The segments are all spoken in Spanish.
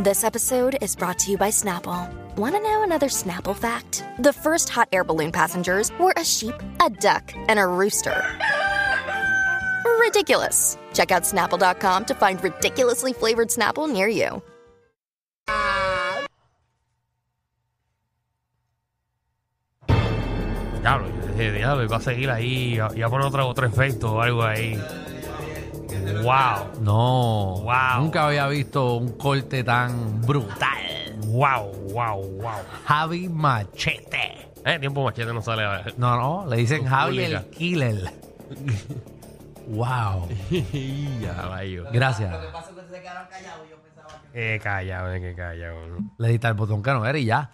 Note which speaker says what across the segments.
Speaker 1: This episode is brought to you by Snapple. Want to know another Snapple fact? The first hot air balloon passengers were a sheep, a duck, and a rooster. Ridiculous. Check out snapple.com to find ridiculously flavored Snapple near you.
Speaker 2: Diablo, yo dije, diablo, iba a seguir ahí, iba iba a poner otro, otro efecto o algo ahí. Wow,
Speaker 3: No.
Speaker 2: Wow.
Speaker 3: Nunca había visto un corte tan brutal.
Speaker 2: wow, wow, wow.
Speaker 3: Javi Machete.
Speaker 2: Eh, tiempo machete no sale. a-
Speaker 3: No, no, le dicen Javi
Speaker 2: Pública.
Speaker 3: el Killer. wow.
Speaker 2: Caballo.
Speaker 3: Gracias.
Speaker 2: Qué callado, eh, qué callado.
Speaker 3: Le diste al botón que no era y ya.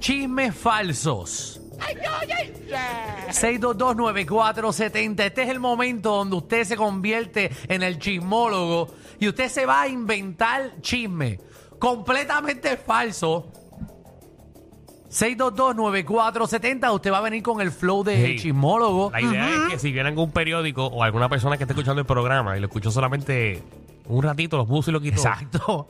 Speaker 3: Chismes falsos. 6229470. Este es el momento donde usted se convierte en el chismólogo y usted se va a inventar chisme completamente falso. 6229470. Usted va a venir con el flow de
Speaker 2: Sí.
Speaker 3: chismólogo.
Speaker 2: La idea es que si viene algún periódico o alguna persona que esté escuchando el programa y lo escuchó solamente un ratito, lo puso y lo quitó,
Speaker 3: Exacto.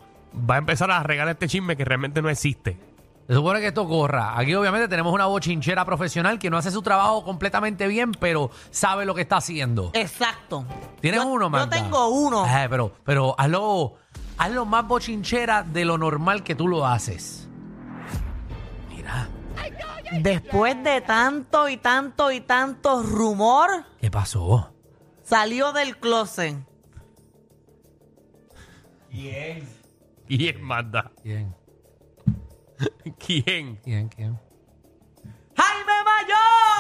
Speaker 2: va a empezar a regalar este chisme que realmente no existe.
Speaker 3: Se supone que esto corra. Aquí obviamente tenemos una bochinchera profesional que no hace su trabajo completamente bien, pero sabe lo que está haciendo.
Speaker 4: Exacto.
Speaker 3: ¿Tienes
Speaker 4: Eh, Yo-
Speaker 3: uno, Magda?
Speaker 4: Yo tengo uno.
Speaker 3: Ay, pero, pero hazlo, hazlo más bochinchera de lo normal que tú lo haces. Mira,
Speaker 4: Después de tanto y tanto y tanto rumor,
Speaker 3: ¿qué pasó?
Speaker 4: salió del closet.
Speaker 2: ¿Quién manda?
Speaker 3: ¿Quién?
Speaker 2: ¿Quién?
Speaker 3: ¿Quién? ¿Quién?
Speaker 4: ¡Jaime Mayor!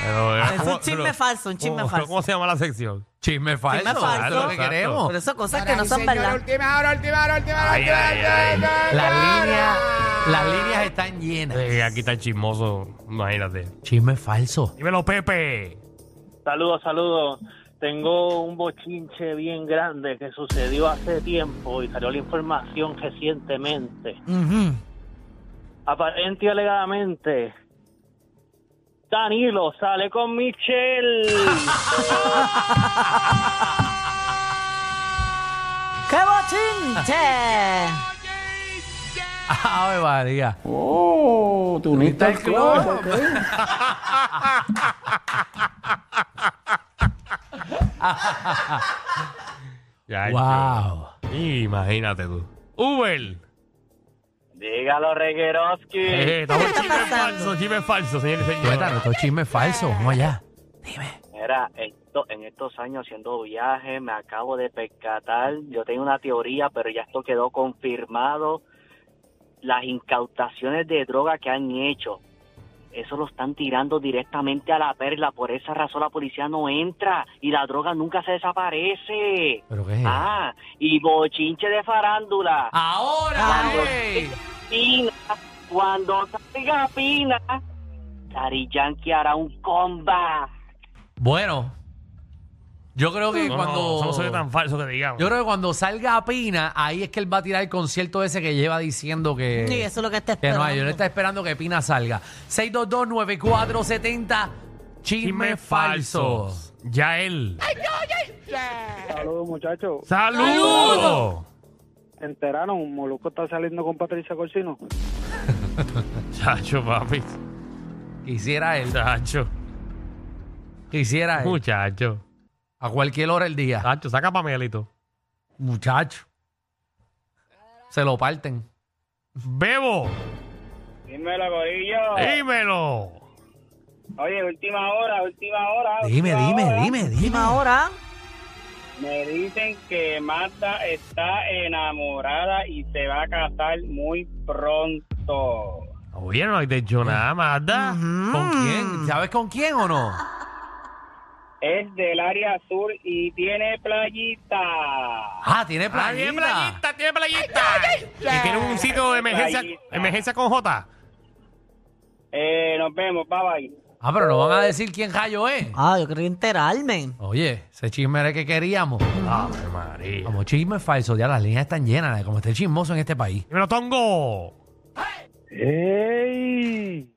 Speaker 2: Pero, eh,
Speaker 4: Ah, Es
Speaker 2: ¿cómo-
Speaker 4: un chisme
Speaker 2: pero-
Speaker 4: falso, un chisme
Speaker 2: ¿cómo-
Speaker 4: falso.
Speaker 2: ¿Cómo se llama la sección?
Speaker 3: Chisme falso.
Speaker 4: Chisme
Speaker 3: claro,
Speaker 4: falso.
Speaker 3: es lo que
Speaker 2: Exacto.
Speaker 3: queremos.
Speaker 4: Pero eso cosas que no son verdad.
Speaker 2: Ay, ay, ay.
Speaker 3: Las líneas, las líneas están llenas.
Speaker 2: Eh, aquí está el chismoso, imagínate.
Speaker 3: Chisme falso.
Speaker 2: Dímelo, Pepe.
Speaker 5: Saludos, saludos. Tengo un bochinche bien grande que sucedió hace tiempo y salió la información recientemente.
Speaker 4: Ujú.
Speaker 5: Aparente y alegadamente, Danilo sale con Michelle.
Speaker 4: ¡Qué bochinche!
Speaker 3: Ave María.
Speaker 6: Oh, tú uniste al club.
Speaker 2: Ya,
Speaker 3: wow.
Speaker 2: yo- Imagínate tú. Uber.
Speaker 5: Dígalo, Regueroski.
Speaker 2: Eh, estamos en
Speaker 4: está
Speaker 2: chisme
Speaker 4: pasando?
Speaker 2: falso, chisme falso, señores y
Speaker 3: Cuéntanos,
Speaker 2: señores.
Speaker 3: estos chismes falsos. Vamos allá. Dime.
Speaker 5: Mira, esto, en estos años haciendo viajes me acabo de percatar. Yo tenía una teoría, pero ya esto quedó confirmado. Las incautaciones de droga que han hecho, eso lo están tirando directamente a la perla. Por esa razón la policía no entra y la droga nunca se desaparece.
Speaker 3: ¿Pero qué es?
Speaker 5: Ah, y bochinche de farándula.
Speaker 3: Ah. ¡Ahora!
Speaker 5: Cuando-
Speaker 3: ey.
Speaker 5: Pina, cuando salga Pina, Dari Yankee hará un comba.
Speaker 3: Bueno, yo creo que
Speaker 2: No, no,
Speaker 3: cuando.
Speaker 2: eso no se ve tan falso que digamos.
Speaker 3: Yo creo que cuando salga a Pina, ahí es que él va a tirar el concierto ese que lleva diciendo que.
Speaker 4: Y eso es lo que está
Speaker 3: que
Speaker 4: esperando.
Speaker 3: no hay. Yo le está esperando que Pina salga. 6229470. Chisme
Speaker 2: Chismes
Speaker 3: falso.
Speaker 2: falsos. Ya él.
Speaker 7: Saludos, muchachos.
Speaker 2: ¡Saludos!
Speaker 7: ¿Se enteraron? Molusco está saliendo con Patricia Corsino.
Speaker 2: Chacho, papi.
Speaker 3: Quisiera él.
Speaker 2: Chacho.
Speaker 3: Quisiera él.
Speaker 2: Muchacho.
Speaker 3: A cualquier hora del día.
Speaker 2: Chacho, saca pa' Miguelito.
Speaker 3: Muchacho. Se lo parten.
Speaker 2: Bebo.
Speaker 7: Dímelo, Corillo.
Speaker 2: Dímelo.
Speaker 7: Oye, última hora, última hora.
Speaker 3: Dime,
Speaker 7: última
Speaker 3: dime,
Speaker 7: hora.
Speaker 3: dime, dime.
Speaker 4: Ahora,
Speaker 7: Me dicen que Marta está enamorada y se va a casar muy pronto.
Speaker 2: Oye, no has dicho nada, Magda.
Speaker 3: ¿Con quién? ¿Sabes con quién o no? Ah,
Speaker 7: Es del área sur y tiene playita.
Speaker 3: Ah, tiene
Speaker 2: Ah, tiene
Speaker 3: playita.
Speaker 2: playita, tiene playita. Y tiene un sitio de emergencia,
Speaker 7: Playita.
Speaker 2: emergencia con J.
Speaker 7: Eh, nos vemos, bye bye.
Speaker 3: Ah, pero no van a decir quién rayo es.
Speaker 4: Ah, yo quería enterarme.
Speaker 3: Oye, ese chisme era el que queríamos.
Speaker 2: Ave María.
Speaker 3: Como chisme falso, ya las líneas están llenas de como está el chismoso en este país.
Speaker 2: Dímelo, Tongo.
Speaker 7: ¡Ey!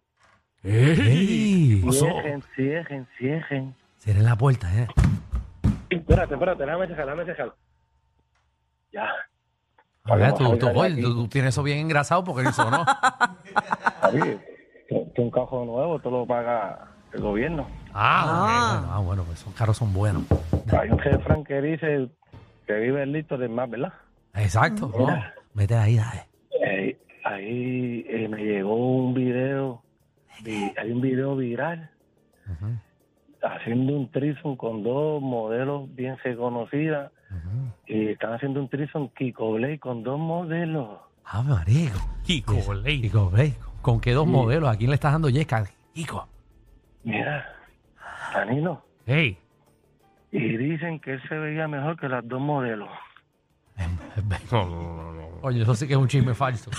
Speaker 3: ¡Ey!
Speaker 7: Cierren, cierren, cierren.
Speaker 3: Cierren la puerta, ¿eh?
Speaker 8: Espérate, espérate, déjame dejar, déjame dejar. Ya.
Speaker 3: Mira,
Speaker 8: Vamos,
Speaker 3: tú,
Speaker 8: vamos,
Speaker 3: tú,
Speaker 8: vamos,
Speaker 3: Joel,
Speaker 8: aquí.
Speaker 3: tú- tú tienes eso bien engrasado porque eso no.
Speaker 8: Que un cajo nuevo, todo lo paga el gobierno.
Speaker 2: Ah, ok.
Speaker 3: Ah, bueno, pues esos carros son buenos.
Speaker 8: Hay un refrán que dice que vive el listo del más, ¿verdad?
Speaker 3: Exacto. ¿no? Mete ahí, dale.
Speaker 8: Eh, ahí eh, me llegó un video, vi- hay un video viral haciendo un trison con dos modelos bien reconocidas y están haciendo un trison Kiko Blake con dos modelos.
Speaker 3: Ah, marico.
Speaker 2: Kiko, ley.
Speaker 3: Kiko, ve, ¿con qué dos modelos? ¿A quién le estás dando yesca? Kiko.
Speaker 8: Mira, Danilo.
Speaker 2: Hey.
Speaker 8: Y dicen que él se veía mejor que las dos modelos.
Speaker 2: No, no, no, no.
Speaker 3: Oye, eso sí que es un chisme falso.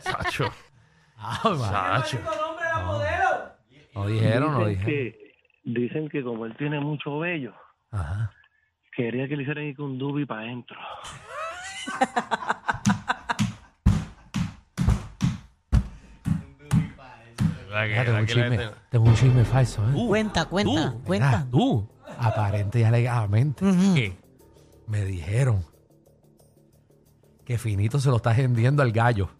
Speaker 2: Sacho.
Speaker 3: Ah, madre.
Speaker 2: Sacho.
Speaker 3: no dijeron, no
Speaker 8: dicen,
Speaker 3: dijeron.
Speaker 8: que, dicen que como él tiene mucho vello,
Speaker 3: Ajá.
Speaker 8: quería que le hicieran ir con Dubi para adentro.
Speaker 2: La que-
Speaker 3: Mira, tengo
Speaker 2: la
Speaker 3: un
Speaker 2: que la
Speaker 3: chisme,
Speaker 2: gente- Uh,
Speaker 3: tengo un chisme falso, ¿eh?
Speaker 2: Tú,
Speaker 4: Cuenta, cuenta,
Speaker 2: tú,
Speaker 4: cuenta.
Speaker 3: Mira, tú, aparente y alegadamente,
Speaker 2: ¿Qué?
Speaker 3: me dijeron que Finito se lo está vendiendo al gallo.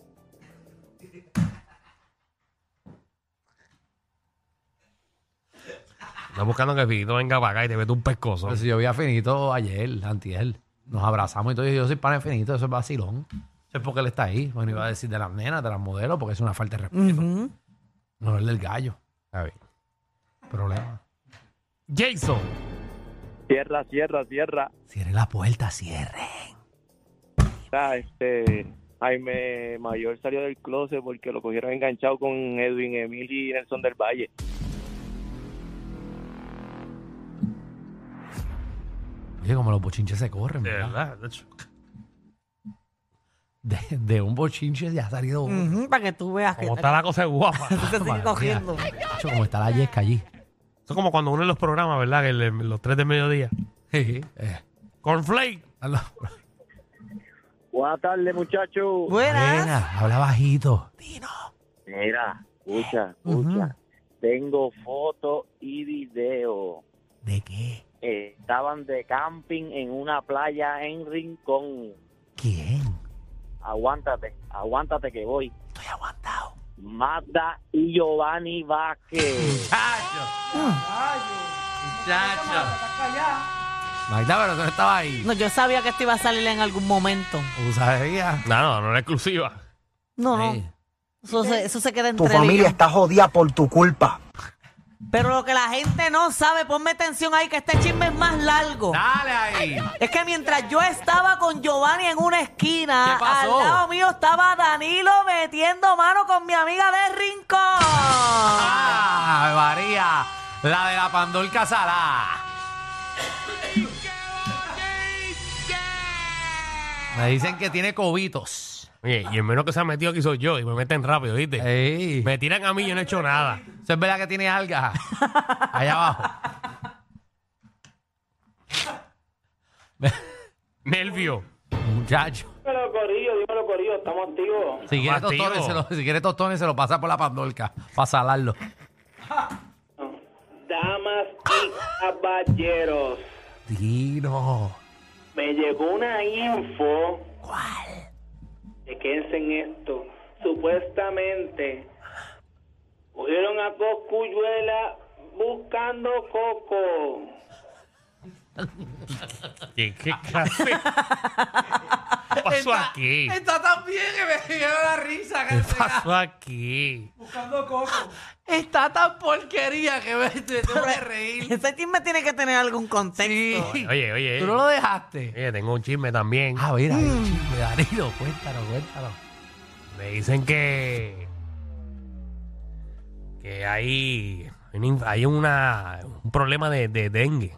Speaker 2: Estás buscando que Finito venga para acá y te mete un pescozo.
Speaker 3: Pero si yo vi a Finito ayer, antier, nos abrazamos y todo, y yo soy pana de Finito, eso es vacilón. Eso es porque él está ahí. Bueno, iba a decir de las nenas, de las modelos, porque es una falta de respeto. No es del gallo.
Speaker 2: Está bien.
Speaker 3: Problema.
Speaker 2: Jason.
Speaker 7: Cierra, cierra, cierra.
Speaker 3: Cierre la puerta, cierre.
Speaker 7: Ah, este Jaime Mayor salió del closet porque lo cogieron enganchado con Edwin Emil y Nelson del Valle.
Speaker 3: Oye, como los bochinches se corren,
Speaker 2: De
Speaker 3: ¿verdad?
Speaker 2: verdad. de hecho.
Speaker 3: De, de un bochinche ya ha salido. otro.
Speaker 4: Ujú, para que tú veas que
Speaker 2: Como está la cosa de guapa.
Speaker 4: tú te sigues
Speaker 3: Oh, Madre
Speaker 4: cogiendo.
Speaker 3: mía. Hacho, como está la yesca allí.
Speaker 2: Eso es como cuando unen los programas, ¿verdad? Que le- los tres de mediodía.
Speaker 3: Eh,
Speaker 2: Cornflake.
Speaker 3: aló.
Speaker 7: Buenas tardes, muchachos.
Speaker 4: Buenas.
Speaker 3: Buena, habla bajito. Dino.
Speaker 7: Mira, escucha,
Speaker 3: Ujú.
Speaker 7: escucha. Tengo foto y video.
Speaker 3: ¿De qué?
Speaker 7: Eh, estaban de camping en una playa en Rincón.
Speaker 3: ¿Quién?
Speaker 7: Aguántate, aguántate que voy.
Speaker 3: Estoy aguantado.
Speaker 7: Magda y Giovanni Vázquez.
Speaker 3: Magda, pero tú no estabas ahí.
Speaker 4: No, yo sabía que esto iba a salir en algún momento.
Speaker 3: Tú sabías.
Speaker 2: No, no, no era exclusiva.
Speaker 4: No, no.
Speaker 3: Sí.
Speaker 4: Eso se, eso se queda entre
Speaker 9: Tu familia
Speaker 4: líneas.
Speaker 9: está jodida por tu culpa.
Speaker 4: Pero lo que la gente no sabe, ponme atención ahí, que este chisme es más largo.
Speaker 3: Dale ahí.
Speaker 4: Es que mientras yo estaba con Giovanni en una esquina,
Speaker 3: ¿Qué pasó?
Speaker 4: al lado mío estaba Danilo metiendo mano con mi amiga de Rincón.
Speaker 3: ¡Ah, María! La de la Pandol Casalá. Me dicen que tiene cobitos.
Speaker 2: Oye, y el menos que se ha metido aquí soy yo y me meten rápido, ¿viste?
Speaker 3: Eh. Ey.
Speaker 2: Me tiran a mí, yo no he hecho nada.
Speaker 3: Eso es verdad que tiene algas. Allá abajo.
Speaker 2: Nervio.
Speaker 3: Muchacho.
Speaker 7: Dímelo, Corillo, dímelo, Corillo, estamos activos.
Speaker 3: Si quiere,
Speaker 2: Activo.
Speaker 3: tostones, se lo, si quiere tostones, se lo pasa por la pandolca para salarlo.
Speaker 7: Damas y caballeros,
Speaker 3: Dino.
Speaker 7: me llegó una info. ¿Cuál? De quédense en esto. Supuestamente, cogieron a Coscuyuela buscando coco.
Speaker 2: ¿Qué, qué clase? ¿Qué pasó aquí?
Speaker 3: Está tan bien que me dio la risa.
Speaker 2: ¿Qué pasó aquí?
Speaker 3: Está tan porquería que me tengo que reír.
Speaker 4: Ese chisme tiene que tener algún contexto.
Speaker 2: Oye, oye.
Speaker 3: Tú no lo dejaste.
Speaker 2: Oye, tengo un chisme también.
Speaker 3: Mm. Ah, mira, hay un chisme, Danilo, cuéntalo, cuéntalo.
Speaker 2: Me dicen que. que hay. hay una, un problema de, de dengue.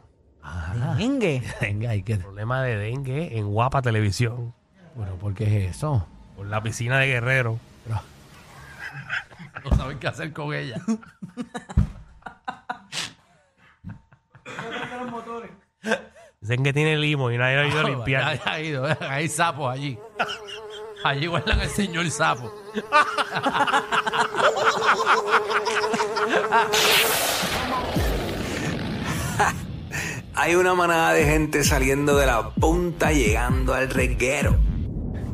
Speaker 4: Dengue.
Speaker 3: Venga, hay que.
Speaker 2: Problema de dengue en Guapa Televisión.
Speaker 3: Bueno, ¿por qué es eso?
Speaker 2: Por la piscina de Guerrero.
Speaker 3: No saben qué hacer con ella.
Speaker 2: Dicen que tiene limo y nadie lo ha
Speaker 3: Ah,
Speaker 2: ido a limpiar.
Speaker 3: Ya ha ido, hay sapos allí. Allí guardan el señor sapo.
Speaker 5: Hay una manada de gente saliendo de la punta llegando al reguero.